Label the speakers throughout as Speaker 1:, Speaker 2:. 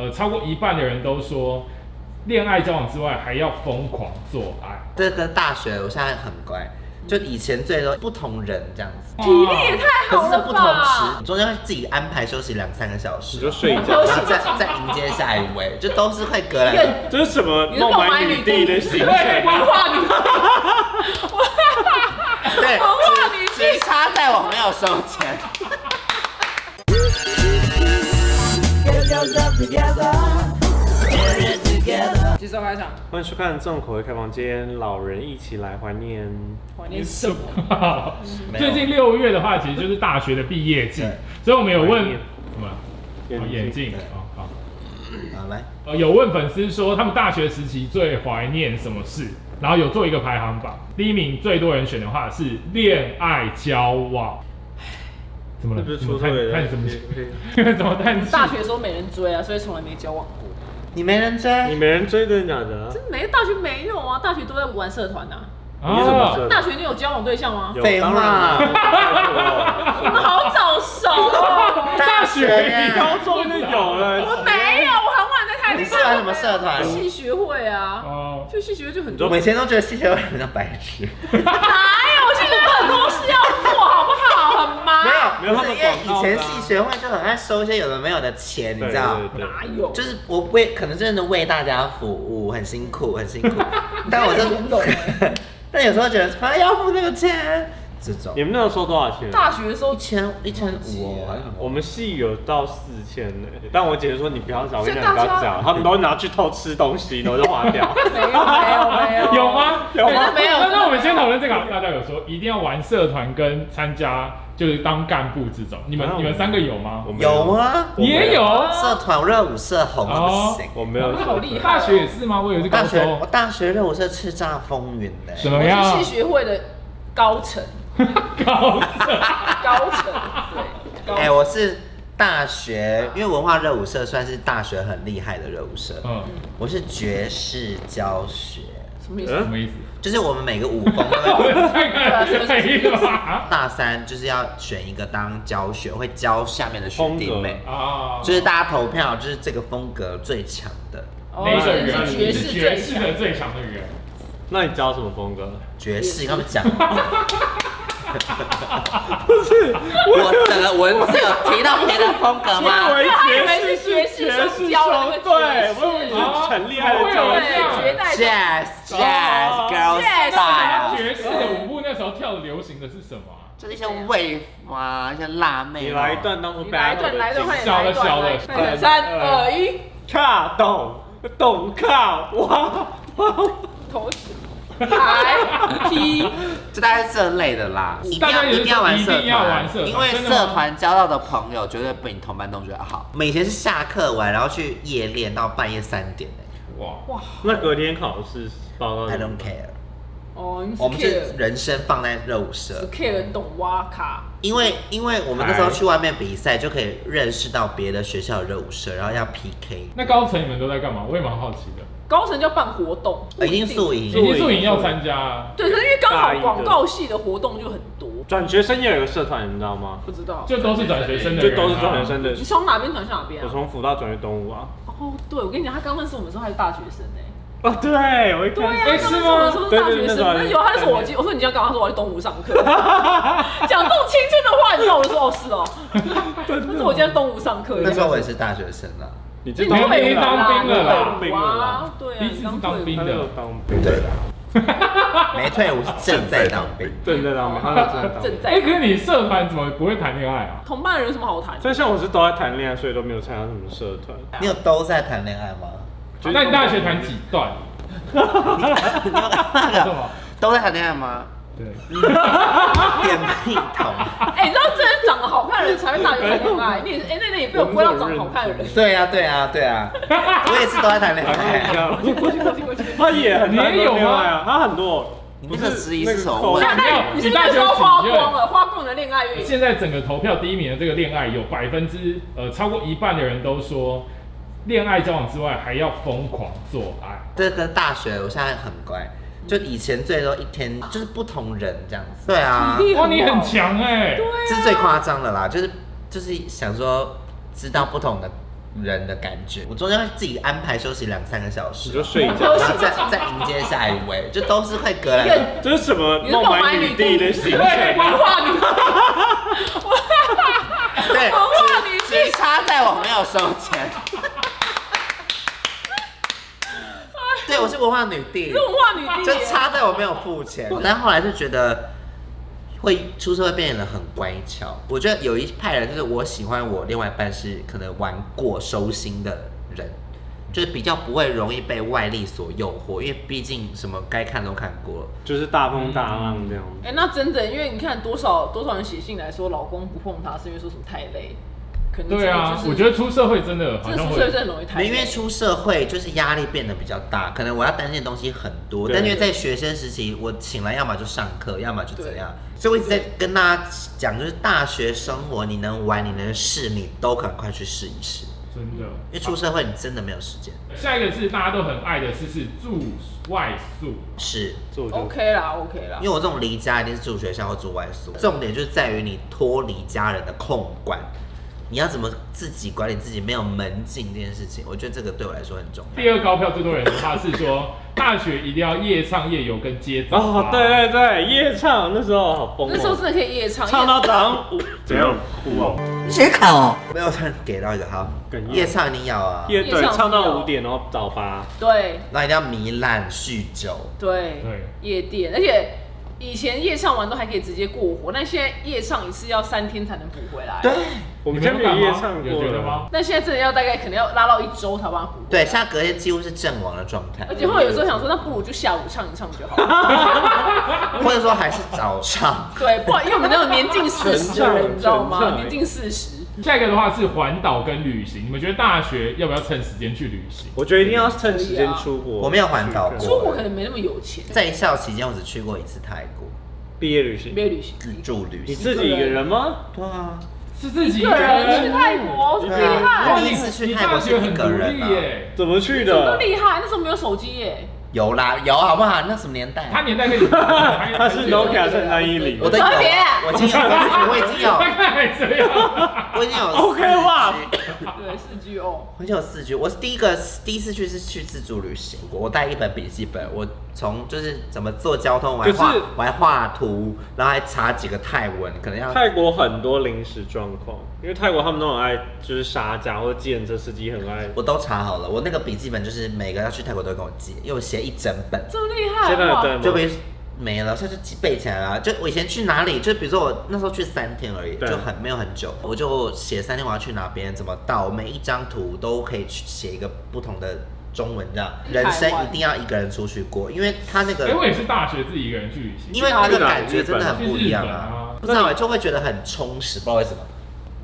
Speaker 1: 呃，超过一半的人都说，恋爱交往之外还要疯狂做爱。
Speaker 2: 这跟大学，我现在很乖，就以前最多不同人这样子，
Speaker 3: 体力也太
Speaker 2: 可
Speaker 3: 好
Speaker 2: 是这
Speaker 3: 了
Speaker 2: 不同时，
Speaker 3: 吧
Speaker 2: 你！中间会自己安排休息两三个小时，
Speaker 4: 你就睡一觉
Speaker 3: 休
Speaker 2: 然
Speaker 3: 息
Speaker 2: 后再再迎接下一位，就都是会隔来。
Speaker 3: 愿
Speaker 4: 这是什么孟买女帝的行
Speaker 1: 对，
Speaker 4: 程？
Speaker 1: 文化女
Speaker 2: 对，
Speaker 3: 文化女
Speaker 2: 只
Speaker 3: 帝，
Speaker 2: 差在我没有收钱。
Speaker 3: 举手开场，
Speaker 4: 欢迎收看《重口味开房间》，老人一起来怀念。
Speaker 3: 怀念什么？
Speaker 1: 好
Speaker 2: 没有
Speaker 1: 最近六月的话，其实就是大学的毕业季
Speaker 2: 对，
Speaker 1: 所以我们有问
Speaker 4: 眼
Speaker 1: 什么？哦眼镜
Speaker 2: 对
Speaker 1: 哦，好。
Speaker 2: 好来，
Speaker 1: 呃，有问粉丝说他们大学时期最怀念什么事，然后有做一个排行榜，第一名最多人选的话是恋爱交往。怎么
Speaker 4: 那
Speaker 1: 了？
Speaker 4: 不是
Speaker 1: 怎么
Speaker 4: 出队了？
Speaker 1: 叹叹什么气？
Speaker 4: 你
Speaker 1: 怎么叹气？
Speaker 3: 大学的时候没人追啊，所以从来没交往过。
Speaker 2: 你没人
Speaker 4: 你
Speaker 2: 追，
Speaker 4: 没人追真的假的？
Speaker 3: 真没大学没有啊，大学都在玩社团呐、
Speaker 4: 你怎么
Speaker 1: 啊
Speaker 4: 这？
Speaker 3: 大学你嗯有交往对象吗？
Speaker 4: 有
Speaker 2: 废
Speaker 4: 当然有
Speaker 3: 你们好早熟哦！
Speaker 1: 大学
Speaker 2: 耶
Speaker 4: 高中就有
Speaker 3: 我
Speaker 4: 了。
Speaker 3: 没有，啊我很晚在谈
Speaker 2: 你
Speaker 3: 恋
Speaker 2: 是玩
Speaker 3: 爱。
Speaker 2: 什么社团？
Speaker 3: 戏学会啊，
Speaker 1: 哦，
Speaker 3: 就戏学会就很
Speaker 2: 我
Speaker 3: 多。
Speaker 2: 们以前都觉得吸血鬼很像白痴，
Speaker 3: 哪有？现在有很多事要做，好不好？很忙。
Speaker 2: 没有，
Speaker 4: 没有
Speaker 2: 不是
Speaker 4: 他们
Speaker 2: 因为
Speaker 4: 广
Speaker 2: 以
Speaker 4: 告的啊
Speaker 2: 前系学会就很爱收一些有的没有的钱，你
Speaker 4: 对
Speaker 2: 知道？
Speaker 4: 对对
Speaker 3: 哪有？
Speaker 2: 就是我为可能真的为大家服务，很辛苦，很辛苦。但我就，但有时候觉得反正要付那个钱，这种
Speaker 4: 你们那时候多少钱？
Speaker 3: 大学的时候
Speaker 2: 一，千一千五，好像
Speaker 4: 我们系有到四千呢，但我姐姐说你不要讲，我跟你讲
Speaker 3: 所
Speaker 4: 你
Speaker 3: 以
Speaker 4: 不
Speaker 3: 大家
Speaker 4: 要讲，他们都拿去偷吃东西，然后就花掉。
Speaker 3: 没有没有没 有
Speaker 1: 有？吗？
Speaker 4: 有吗
Speaker 1: 那
Speaker 3: 没有
Speaker 1: 那那我们
Speaker 3: 真的
Speaker 1: 先
Speaker 3: 没有
Speaker 1: 讨论这个好，大家有说一定要玩社团跟参加就是当干部这种，你们
Speaker 4: 啊
Speaker 1: 你们三个有吗
Speaker 4: 我？没
Speaker 2: 有？啊，
Speaker 4: 我没有
Speaker 1: 也有，
Speaker 2: 社团热舞社红的不行。
Speaker 4: 我没有。
Speaker 3: 好厉害
Speaker 1: 大学也是吗？我以为是高
Speaker 2: 大学
Speaker 1: 中
Speaker 2: 我。大学热舞社叱咤风云的、
Speaker 1: 什
Speaker 3: 我
Speaker 1: 么样？
Speaker 3: 是戏学会的高层，
Speaker 1: 高中。
Speaker 3: 高层，对，高
Speaker 2: 哎、
Speaker 3: 层。
Speaker 2: 我是大学，因为文化热舞社算是大学很厉害的热舞社，
Speaker 1: 嗯，
Speaker 2: 我是爵士教学，
Speaker 3: 什么意
Speaker 2: 嗯
Speaker 1: 什
Speaker 3: 思？
Speaker 1: 么意思？
Speaker 2: 就是我们每个舞风都会
Speaker 1: 太
Speaker 3: 啊
Speaker 1: 看了，太 意了吧？
Speaker 2: 大三就是要选一个当教学，会教下面的学弟妹，
Speaker 1: 啊，
Speaker 2: 就是大家投票，就是这个风格最强的
Speaker 1: 哪一个
Speaker 3: 是
Speaker 1: 人
Speaker 3: 是爵
Speaker 1: 爵
Speaker 3: 哦士最
Speaker 1: 士
Speaker 3: 强。
Speaker 1: 的最强的人？
Speaker 4: 那你教什么风格？
Speaker 2: 爵士，他们讲。不是我的文字有提到别的风格
Speaker 4: 我
Speaker 2: 吗？
Speaker 3: 以为是爵士兄教的那个爵士
Speaker 4: 我以为是很厉害的
Speaker 1: 我
Speaker 4: 教
Speaker 1: 以为
Speaker 4: 练。
Speaker 1: 是
Speaker 3: 对，绝代
Speaker 2: Jazz Jazz Girl
Speaker 3: Jazz
Speaker 2: Style，
Speaker 1: 爵士的舞步那时候跳的流行的是什么啊？
Speaker 2: 就是一些 wave 啊，一些辣妹啊。
Speaker 4: 你来一段当做
Speaker 3: 你来一
Speaker 4: battle
Speaker 3: 段，来一段，快
Speaker 4: 的
Speaker 3: 点，来一段，来一段，三二一，
Speaker 4: 卡懂懂卡哇哇！
Speaker 3: 头抬踢，
Speaker 2: 就大概是这类的啦。一定
Speaker 1: 大
Speaker 2: 要
Speaker 1: 家也
Speaker 2: 一
Speaker 1: 是
Speaker 2: 定要玩社
Speaker 1: 一定要玩社团
Speaker 2: 因为
Speaker 1: 真的吗
Speaker 2: 社团交到的朋友绝对比你同班同学好。我们以前是下课玩，然后去夜练到半夜三点、欸、
Speaker 1: 哇，
Speaker 4: 那隔天考试报告
Speaker 2: I don't care，
Speaker 3: 哦，你是
Speaker 2: 我们是
Speaker 3: care
Speaker 2: 人生放在热舞
Speaker 3: 是
Speaker 2: 社，
Speaker 3: care 懂哇卡，
Speaker 2: 因为因为我们那时候去外面比赛就可以认识到别的学校的热舞社，然后要 PK，
Speaker 1: 那高层你们都在干嘛？我也蛮好奇的。
Speaker 3: 高层就要办活动，
Speaker 2: 呃一定素
Speaker 1: 已
Speaker 2: 营。
Speaker 1: 经宿营要参加啊，
Speaker 3: 对，可是因为刚好广告系的活动就很多，
Speaker 4: 转学生也有个社团，你知道吗？
Speaker 3: 不知道
Speaker 1: 就都是转学生的
Speaker 4: 就
Speaker 1: 人啊，
Speaker 4: 都是转学生的
Speaker 3: 你。从哪边转向哪边
Speaker 4: 我
Speaker 3: 啊？
Speaker 4: 从辅大转去东吴啊。
Speaker 3: 哦，对，我跟你讲，他刚认识我们的时候还是大学生欸呢。
Speaker 4: 哦，对，我一
Speaker 3: 对啊，
Speaker 4: 看
Speaker 1: 哎
Speaker 4: 哎
Speaker 3: 刚认识我们的时候是大学
Speaker 4: 对对对那
Speaker 3: 生，
Speaker 4: 时候还
Speaker 3: 那
Speaker 4: 是
Speaker 3: 有他就说我记，我说你这样干嘛？他说我要去东吴上课， 讲这种青春的话，你知道我就说哦是哦，他说我今天在东吴上课，
Speaker 2: 那时候我也是大学生啊，
Speaker 4: 你
Speaker 3: 你
Speaker 4: 这
Speaker 1: 你
Speaker 3: 退伍
Speaker 1: 当兵当
Speaker 3: 了啦，
Speaker 1: 兵了啦
Speaker 3: 你退伍啊，对啊，
Speaker 1: 第一次是当兵
Speaker 4: 他
Speaker 1: 的
Speaker 4: 有，当兵，
Speaker 2: 对，没退伍是正在当兵。
Speaker 4: 正在当兵，他是正在当兵
Speaker 3: 正。
Speaker 1: 哎，可
Speaker 3: 在
Speaker 1: 是你社团怎么不会谈恋爱啊？
Speaker 3: 同伴人有什么好谈？
Speaker 4: 但像我是都在谈恋爱，所以都没有参加什么社团。
Speaker 2: 你有都在谈恋爱吗？
Speaker 4: 就是
Speaker 1: 那你大学谈几段？
Speaker 2: 你有那
Speaker 1: 什
Speaker 2: 个
Speaker 1: 么？
Speaker 2: 都在谈恋爱吗？
Speaker 1: 对，
Speaker 2: 点屁桶。
Speaker 1: 啊
Speaker 3: 哎，你知道真的长得好看的人才会大学谈 恋爱，你也是哎那那也被我归到长得好看的人，
Speaker 2: 对呀、对呀、啊对呀、我也是都在谈恋爱。
Speaker 4: 啊
Speaker 3: 过去过去过去。
Speaker 4: 他也很难
Speaker 1: 你也有吗
Speaker 4: 恋爱啊，他很多。
Speaker 2: 你
Speaker 4: 不
Speaker 2: 那个质疑是什啊么
Speaker 4: 扣
Speaker 2: 我
Speaker 3: 那
Speaker 2: 想
Speaker 3: 那你是不是那时候花光了，花光你的恋爱运？
Speaker 1: 现在整个投票第一名的这个恋爱，有百分之呃超过一半的人都说，恋爱交往之外还要疯狂做爱。
Speaker 2: 这跟大学，我现在很乖，就以前最多一天就是不同人这样子。对啊，
Speaker 3: 体力
Speaker 1: 哇，你很强哎、
Speaker 3: 对啊，
Speaker 2: 这是最夸张的啦，就是就是想说知道不同的人的感觉。我中间会自己安排休息两三个小时，啊
Speaker 4: 你就睡一
Speaker 2: 然
Speaker 4: 觉
Speaker 3: 休，息
Speaker 2: 后再再迎接下一位，就都是会隔两
Speaker 3: 愿
Speaker 4: 这是什么
Speaker 3: 你是
Speaker 4: 孟买女帝的行
Speaker 3: 对，
Speaker 4: 程
Speaker 3: 文
Speaker 4: 啊？
Speaker 3: 化女帝，
Speaker 2: 对，
Speaker 3: 文化女
Speaker 2: 只
Speaker 3: 帝，
Speaker 2: 差在我没有收钱。对，我是文化女帝
Speaker 3: 你是，文化女 帝
Speaker 2: 就
Speaker 3: 耶，
Speaker 2: 差在我没有付钱。但后来就觉得会出社会变得很乖巧。我觉得有一派人就是我喜欢我另外一半是可能玩过收心的人，就是比较不会容易被外力所诱惑，因为毕竟什么该看都看过了。
Speaker 4: 就是大风大浪这样。
Speaker 3: 哎、那真的，因为你看多少多少人写信来说，老公不碰她是因为说什么太累，可能
Speaker 1: 对啊
Speaker 3: 真的就，是
Speaker 1: 我觉得出社会真的好
Speaker 3: 这
Speaker 1: 像
Speaker 3: 出社会
Speaker 1: 会
Speaker 3: 真的很容易太
Speaker 2: 没
Speaker 3: 累，
Speaker 2: 因为出社会就是压力变得比较大，可能我要担心的东西很多，
Speaker 4: 对
Speaker 2: 但因为在学生时期，我醒来要么就上课，要么就怎样，所以我一直在跟大家讲，就是大学生活你能玩，你能试，你都赶快去试一试，
Speaker 1: 真的。
Speaker 2: 因为出社会你真的没有时间。
Speaker 1: 下一个是大家都很爱的是是住外宿，
Speaker 2: 是，
Speaker 4: 这我就
Speaker 3: OK 啦，OK 啦
Speaker 2: 因为，我这种离家一定是住学校或住外宿，重点就在于你脱离家人的控管，你要怎么自己管理自己没有门禁这件事情，我觉得这个对我来说很重要。
Speaker 1: 第二高票最多人的话是说大学一定要夜唱夜游跟接早
Speaker 4: 哦
Speaker 1: 八，
Speaker 4: 对对对，夜唱那时候好疯哦，
Speaker 3: 那时候真的可以夜唱，
Speaker 4: 唱到早上五怎样哭哦？
Speaker 2: 没有，他给到一个好
Speaker 4: 哽，咽
Speaker 2: 夜唱一定要啊，
Speaker 4: 夜
Speaker 3: 夜
Speaker 4: 对
Speaker 3: 唱
Speaker 4: 唱
Speaker 3: 不
Speaker 4: 到
Speaker 3: 要
Speaker 4: 五点，然后早八，
Speaker 3: 对
Speaker 2: 那一定要糜烂酗酒，
Speaker 3: 对
Speaker 1: 对
Speaker 3: 夜店，而且以前夜唱完都还可以直接过火，但现在夜唱一次要三天才能补回来，
Speaker 2: 对，
Speaker 4: 我
Speaker 1: 你们
Speaker 4: 们家
Speaker 1: 有
Speaker 4: 没
Speaker 1: 感
Speaker 4: 有夜
Speaker 1: 吗
Speaker 4: 唱
Speaker 1: 有
Speaker 4: 过
Speaker 1: 觉得
Speaker 4: 了
Speaker 1: 吗？？
Speaker 3: 但现在真的要大概可能要拉到一周才把它补回来，
Speaker 2: 对，现在隔天几乎是阵亡的状态
Speaker 3: 而，且后来有时候想说，那不如就下午唱一唱就好了，
Speaker 2: 或者说还是早上，
Speaker 3: 对，不然因为我们那种年近四十的人，你知道
Speaker 4: 整
Speaker 3: 吗？
Speaker 4: 整
Speaker 3: 年近四十，
Speaker 1: 下一个的话是环岛跟旅行，你们觉得大学要不要趁时间去旅行？
Speaker 4: 我觉得一定要趁时间出国。
Speaker 2: 我没有环岛
Speaker 3: 出
Speaker 2: 过，
Speaker 3: 国可能没那么有钱，
Speaker 2: 在校期间我只去过一次泰国
Speaker 4: 毕业旅行，
Speaker 3: 没有旅行。
Speaker 2: 自助旅
Speaker 4: 你
Speaker 2: 行，
Speaker 4: 自己一个人吗？
Speaker 2: 对啊，
Speaker 1: 是自己
Speaker 3: 一个人去泰国，
Speaker 2: 对
Speaker 3: 厉
Speaker 2: 啊，我
Speaker 3: 害，
Speaker 2: 第一次去泰国是一个人
Speaker 1: 你大学很独立
Speaker 2: 啊，
Speaker 1: 耶。
Speaker 4: 怎么去
Speaker 3: 这么
Speaker 4: 的？
Speaker 3: 厉害，那时候没有手机耶。
Speaker 2: 有啦有好不好？那什么年代
Speaker 1: 他
Speaker 2: 啊？
Speaker 1: 年代跟你，他
Speaker 4: 他是 Nokia 三三一零，
Speaker 2: 我的有，啊
Speaker 3: 特别
Speaker 2: 我已经有，我已 经有，
Speaker 1: 大概还这样。
Speaker 2: 我已经有
Speaker 4: OK 哇
Speaker 2: 四 G
Speaker 3: 对，四 G O。
Speaker 2: 我已经有四 G，我是第一个第一次去是去自助旅行，我带一本笔记本，我从就是怎么做交通，我还画
Speaker 4: 可是
Speaker 2: 我还画图，然后还查几个泰文，可能要
Speaker 4: 泰国很多临时状况，因为泰国他们都很爱就是杀价，或者计程车司机很爱。
Speaker 2: 我都查好了，我那个笔记本就是每个要去泰国都会跟我借，因为我写一整本，
Speaker 3: 这么厉害，
Speaker 4: 现在有灯吗
Speaker 2: 就被没了，现在就记背起来了。就我以前去哪里，就比如说我那时候去三天而已，
Speaker 4: 对
Speaker 2: 就很没有很久，我就写三天我要去哪边，怎么到，每一张图都可以去写一个不同的中文，这样人生一定要一个人出去过，因为他那个
Speaker 1: 哎，我也是大学自己一个人去旅行，
Speaker 2: 因为那个感觉真的很不一样啊
Speaker 1: 去日本啊，
Speaker 2: 不知道欸就会觉得很充实，不知道为什么，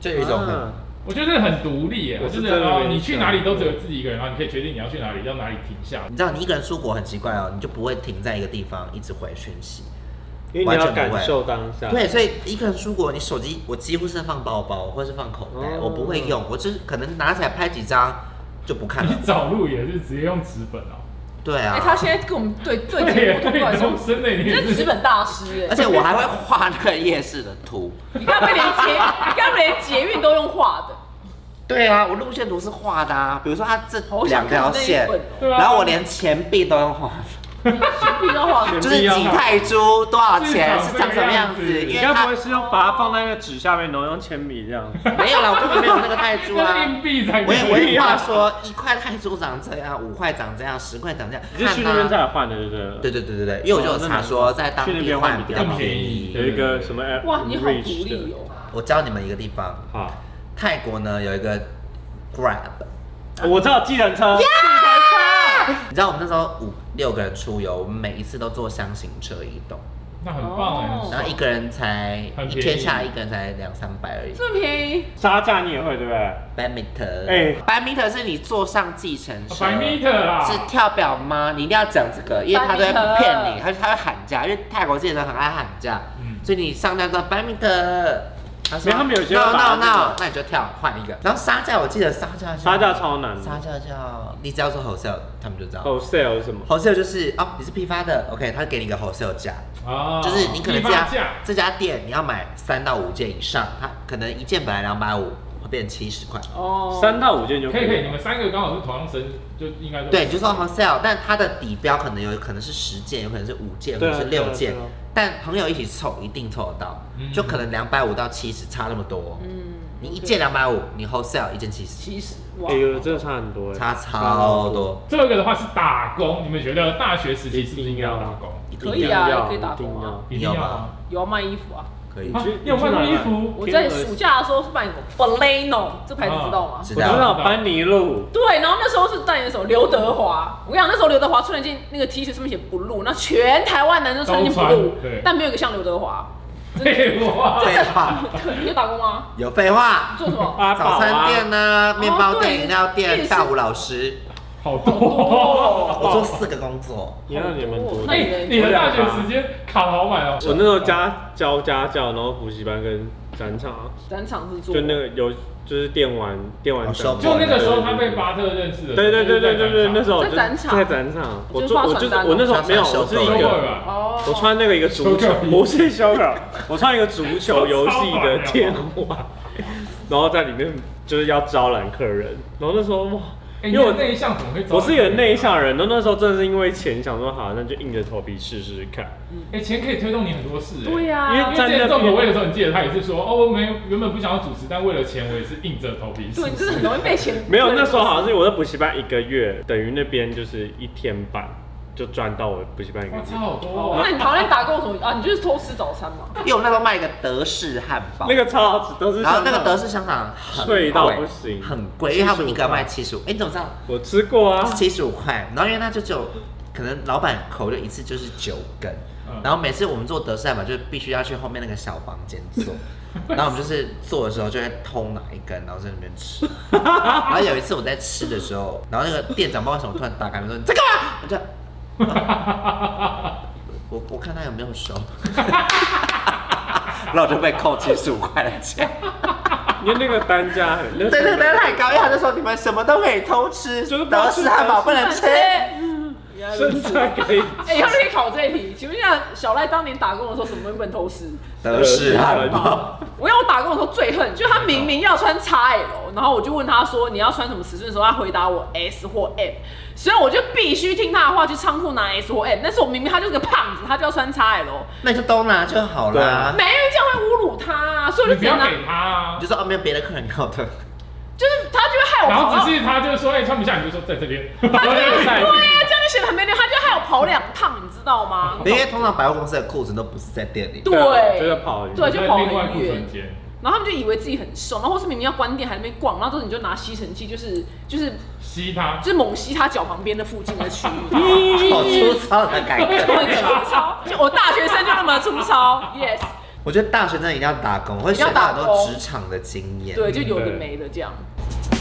Speaker 2: 就有一种很
Speaker 4: 啊
Speaker 1: 我觉得很独立耶。
Speaker 4: 我
Speaker 1: 我
Speaker 4: 是
Speaker 1: 真的，
Speaker 4: 真的
Speaker 1: 哦
Speaker 4: 没
Speaker 1: 你
Speaker 4: 印
Speaker 1: 去
Speaker 4: 象
Speaker 1: 哪里都只有自己一个人，然后你可以决定你要去哪里，要哪里停下。
Speaker 2: 你知道，你一个人出国很奇怪哦，你就不会停在一个地方一直回讯息。
Speaker 4: 因为你要感受当下。
Speaker 2: 对，，所以一个人出国，你手机我几乎是放包包或是放口袋，
Speaker 4: 哦
Speaker 2: 我不会用，我就是可能拿起来拍几张就不看
Speaker 1: 你
Speaker 2: 了。
Speaker 1: 找路也是直接用纸本 啊，
Speaker 2: 对
Speaker 3: 哎，他
Speaker 2: 啊，
Speaker 3: 现在跟我们对对节
Speaker 1: 对
Speaker 3: 目突
Speaker 1: 对，
Speaker 3: 然
Speaker 1: 你
Speaker 3: 说
Speaker 1: 都，真的，你
Speaker 3: 你
Speaker 1: 也
Speaker 3: 是
Speaker 1: 是
Speaker 3: 纸本大师
Speaker 2: 而
Speaker 3: 哎。
Speaker 2: 且我还会画那个夜市的图。
Speaker 3: 你看他们连捷，你看他们连捷运都用画的，
Speaker 2: 对啊，我路线图是画的啊，比如说它这
Speaker 3: 好
Speaker 2: 两
Speaker 3: 想
Speaker 2: 条
Speaker 3: 看那一
Speaker 2: 线
Speaker 3: 本哦，
Speaker 1: 对啊
Speaker 2: 然后我连钱币都用画的。
Speaker 3: 全部都画的。
Speaker 2: 就是几泰铢多少钱是
Speaker 1: 是长
Speaker 2: 长什
Speaker 1: 这个样子
Speaker 2: 么样子？
Speaker 4: 你
Speaker 2: 因为
Speaker 4: 该不
Speaker 2: 他
Speaker 4: 会是要把它放在那个纸下面，然后用铅笔 这样？
Speaker 2: 没有啦，我根本没有那个泰铢
Speaker 1: 那
Speaker 2: 啊
Speaker 1: 硬。币才
Speaker 2: 我
Speaker 1: 可
Speaker 2: 也我
Speaker 1: 以
Speaker 2: 也话
Speaker 1: 啊。
Speaker 2: 说，一块泰铢长这样，五块长这样，十块长这样。
Speaker 4: 你是去那
Speaker 2: 看
Speaker 4: 边
Speaker 2: 啊
Speaker 4: 再换的，对不对？
Speaker 2: 对对对对对，因为我就有查
Speaker 1: 哦
Speaker 2: 说在当地换比较
Speaker 1: 更
Speaker 2: 便
Speaker 1: 便
Speaker 2: 宜
Speaker 1: 宜。
Speaker 4: 有一个什么 app，
Speaker 3: 哇，你好独
Speaker 4: Reach 的
Speaker 3: 立哦。
Speaker 2: 我教你们一个地方，
Speaker 4: 好，
Speaker 2: 泰国呢有一个 Grab，
Speaker 4: 哦我知道计程车，
Speaker 2: 你知道我们那时候五六个人出游，我们每一次都坐箱型车移动，
Speaker 1: 那很棒哎，
Speaker 3: 哦
Speaker 1: 很
Speaker 2: 然后一个人才
Speaker 1: 很
Speaker 2: 一
Speaker 1: 便宜哎
Speaker 2: 天下来一个人才两三百而已。
Speaker 3: 这么便宜，
Speaker 4: 杀价你也会对不对？
Speaker 2: 百米特，哎
Speaker 4: 哎，
Speaker 2: 百米特是你坐上计程车，
Speaker 1: 啊百 meter 啦，
Speaker 2: 是跳表吗？你一定要讲这个，因为他都会
Speaker 3: Badminton
Speaker 2: 骗你，他他会喊价，因为泰国这些人很爱喊价，
Speaker 1: 嗯
Speaker 2: 所以你上架说百米的，他说
Speaker 4: 没他们有些
Speaker 2: no
Speaker 4: 会
Speaker 2: no
Speaker 4: 把那
Speaker 2: no，
Speaker 4: 个
Speaker 2: 那你就跳换一个。然后杀价，我记得杀价叫
Speaker 4: 杀价超难的。哦
Speaker 2: 杀价叫，你只要说 wholesale，他们就知道。
Speaker 4: wholesale 是什么？
Speaker 2: wholesale 就是哦，你是批发的，OK，他给你一个 wholesale 价，
Speaker 4: 哦
Speaker 1: 啊
Speaker 2: 就是你可能
Speaker 1: 批发
Speaker 2: 这家
Speaker 1: 价
Speaker 2: 这家店你要买三到五件以上，他可能一件本来两百五，会变七十块。
Speaker 3: 哦，
Speaker 4: 三到五件就
Speaker 1: 可以可以，你
Speaker 4: 了
Speaker 1: 们三个刚好是同样生，就应该都
Speaker 2: 对，就是 on sale，但它的底标可能有可能是十件，有可能是五件，或
Speaker 4: 对啊
Speaker 2: 者是六件
Speaker 4: 对啊对啊，
Speaker 2: 但朋友一起凑一定凑得到
Speaker 1: 嗯，
Speaker 2: 就可能两百五到七十差那么多。
Speaker 3: 嗯，
Speaker 2: 你一件两百五，你 wholesale 一件七十，
Speaker 3: 七十哇
Speaker 4: 哎，呦，真的差很多哎，
Speaker 2: 差超多。
Speaker 1: 这个的话是打工，你们觉得大学时期是不是应该要打工？
Speaker 2: 一定要
Speaker 3: 可以
Speaker 4: 一定
Speaker 3: 啊，
Speaker 4: 要
Speaker 3: 也可以打工啊，
Speaker 1: 一定要
Speaker 2: 要
Speaker 1: 吗
Speaker 2: 吧？
Speaker 3: 有要卖衣服啊。
Speaker 2: 可以
Speaker 1: 啊
Speaker 4: 去，
Speaker 1: 你有卖过衣
Speaker 4: 去哪
Speaker 1: 服？
Speaker 3: 我在暑假的时候是卖什么 Baleno 这牌子知道吗？
Speaker 2: 知
Speaker 4: 我知道班尼路，
Speaker 3: 对，然后那时候是代言什么刘德华，我跟你讲，那时候刘德华穿了一件那个 T 恤，上面写 blue，那全台湾男生穿一件
Speaker 1: 都穿对
Speaker 3: blue，但没有一个像刘德 华。
Speaker 1: 废话，
Speaker 2: 废话，
Speaker 3: 对，你有打工吗？
Speaker 2: 有废话
Speaker 3: 你。做什么？
Speaker 4: 八
Speaker 2: 早
Speaker 4: 宝
Speaker 2: 餐
Speaker 4: 啊，
Speaker 2: 店呢、面包店、
Speaker 3: 哦
Speaker 2: 饮料
Speaker 3: 对
Speaker 2: 店、
Speaker 3: 是
Speaker 2: 大吴老师，
Speaker 1: 好哦多。
Speaker 4: 哦
Speaker 3: 哦
Speaker 2: 我做四个工作。
Speaker 4: 你让你们多
Speaker 3: 那
Speaker 1: 哎、
Speaker 3: 你嘞
Speaker 1: 你的大学时间卡好满哦、
Speaker 4: 我那时候家教家教，然后补习班跟展场啊，
Speaker 3: 展场是做
Speaker 4: 就那个有就是电玩电玩
Speaker 2: 哦
Speaker 4: 展
Speaker 2: 手，
Speaker 1: 就那个时候他被巴特认识的，
Speaker 4: 对对对对对对，那时候我就
Speaker 3: 在展场
Speaker 4: 在展场，我
Speaker 3: 就是
Speaker 4: 做
Speaker 3: 发
Speaker 4: 我
Speaker 3: 传
Speaker 4: 就是
Speaker 3: 单哦
Speaker 4: 我那时候没有，
Speaker 2: 像
Speaker 4: 我是一
Speaker 2: 小狗
Speaker 1: 收
Speaker 2: 一
Speaker 1: 过了
Speaker 4: 个。
Speaker 1: 吧？
Speaker 3: 哦，
Speaker 4: 我穿那个一个足球
Speaker 1: 修，狗衣
Speaker 4: 不是修狗，我穿一个足球游戏的电玩，然后在里面就是要招揽客人，然后那时候哇，
Speaker 1: 哎、
Speaker 4: 因
Speaker 1: 你
Speaker 4: 为我
Speaker 1: 的内向怎么会？
Speaker 4: 我是一个内，向人，然后那时候真的是因为钱想说好，那就硬着头皮试试看，
Speaker 1: 哎、钱可以推动你很多事、哎
Speaker 3: 对啊呀，
Speaker 4: 因
Speaker 1: 因为
Speaker 4: 为
Speaker 1: 之
Speaker 4: 在
Speaker 1: 前
Speaker 4: 那
Speaker 1: 重口味
Speaker 4: 边
Speaker 1: 的时候，你记得他也是说，哦，我没原本不想要主持，但为了钱，我也是硬着头皮。
Speaker 3: 对，你真的很容易被钱。
Speaker 4: 没有，那时候好像是我在补习班一个月，等于那边就是一天半就赚到我补习班一个
Speaker 1: 哇，
Speaker 4: 月
Speaker 1: 差。好多、哦
Speaker 3: 那你好像打工有什么啊？你就是偷吃早餐嘛？
Speaker 2: 因为我那时候卖一个德式汉堡，
Speaker 4: 那个超好吃，都是
Speaker 2: 然后那个
Speaker 4: 香港
Speaker 2: 德式香肠很
Speaker 4: 脆
Speaker 2: 贵，
Speaker 4: 到不行
Speaker 2: 很贵，因为他们一个要卖
Speaker 4: 75
Speaker 2: 七十五。哎，你怎么知道？
Speaker 4: 我吃过啊，
Speaker 2: 七十五块，然后因为它就只有可能老板口就一次就是九根，
Speaker 1: 嗯
Speaker 2: 然后每次我们做德式汉堡就必须要去后面那个小房间 做，然后我们就是做的时候就会偷拿一根，然后在那边吃。 然后有一次我在吃的时候，然后那个店长不知道为什么突然打开门说你在干嘛？我就
Speaker 1: 哦
Speaker 2: 我我看他有没有 收，然后我就被扣七十五块的钱。
Speaker 4: 因为那个单价很，那
Speaker 2: 对对
Speaker 4: 个
Speaker 2: 对，太高，因为他就说你们什么都可以偷吃，
Speaker 4: 就是不
Speaker 2: 德
Speaker 4: 要吃
Speaker 2: 式汉堡啊不能吃。
Speaker 3: 原来如
Speaker 4: 身
Speaker 3: 此
Speaker 4: 材可以
Speaker 3: 哎，要不可以考这一题？请问一下，小赖当年打工的时候，什么东西不能偷吃？
Speaker 2: 德式汉堡。
Speaker 3: 我要我打工的时候最恨，就他明明要穿 XL，然后我就问他说你要穿什么尺寸的时候，他回答我 S 或 M，所以我就必须听他的话去仓库拿 S 或 M。但是我明明他就是个胖子，他就要穿 XL，
Speaker 2: 那你就都拿就好
Speaker 4: 对
Speaker 2: 啦。
Speaker 4: 啊
Speaker 3: 没有这样会侮辱他、啊，所以我
Speaker 1: 你
Speaker 3: 就
Speaker 1: 不
Speaker 3: 只能
Speaker 1: 要
Speaker 3: 拿，
Speaker 1: 给他啊
Speaker 2: 你就。说哦，没有别的客人要的，
Speaker 3: 就是他就会害我
Speaker 1: 然
Speaker 3: 跑
Speaker 1: 后
Speaker 3: 到，
Speaker 1: 只是他就说，哎、穿不下，你就说在这边。
Speaker 3: 他就会对呀、
Speaker 4: 晒
Speaker 3: 这样就显得很没脸，他就害我跑两趟，你知道吗？
Speaker 2: 因为通常百货公司的裤子都不是在店里。
Speaker 1: 啊
Speaker 4: 啊
Speaker 3: 对，
Speaker 4: 就是跑赢
Speaker 3: 对，就跑
Speaker 1: 另外
Speaker 3: 很
Speaker 1: 库
Speaker 3: 远
Speaker 1: 存。间，
Speaker 3: 然后他们就以为自己很瘦，然后或是明明要关店还在那边逛，然后之后你就拿吸尘器，就是就是
Speaker 1: 吸他
Speaker 3: 就。是猛吸他脚旁边的附近的区 域。
Speaker 2: 好粗
Speaker 1: 啊
Speaker 2: 糙的感
Speaker 3: 我
Speaker 2: 觉。
Speaker 3: 很粗糙， 就我大学生就那么粗糙，yes，
Speaker 2: 我觉得大学生一定要打工，会学到很多职场的经验。
Speaker 3: 对，就有的没的这样。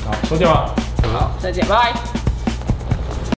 Speaker 1: 好，收掉吧。
Speaker 2: 好，
Speaker 3: 再见，拜拜。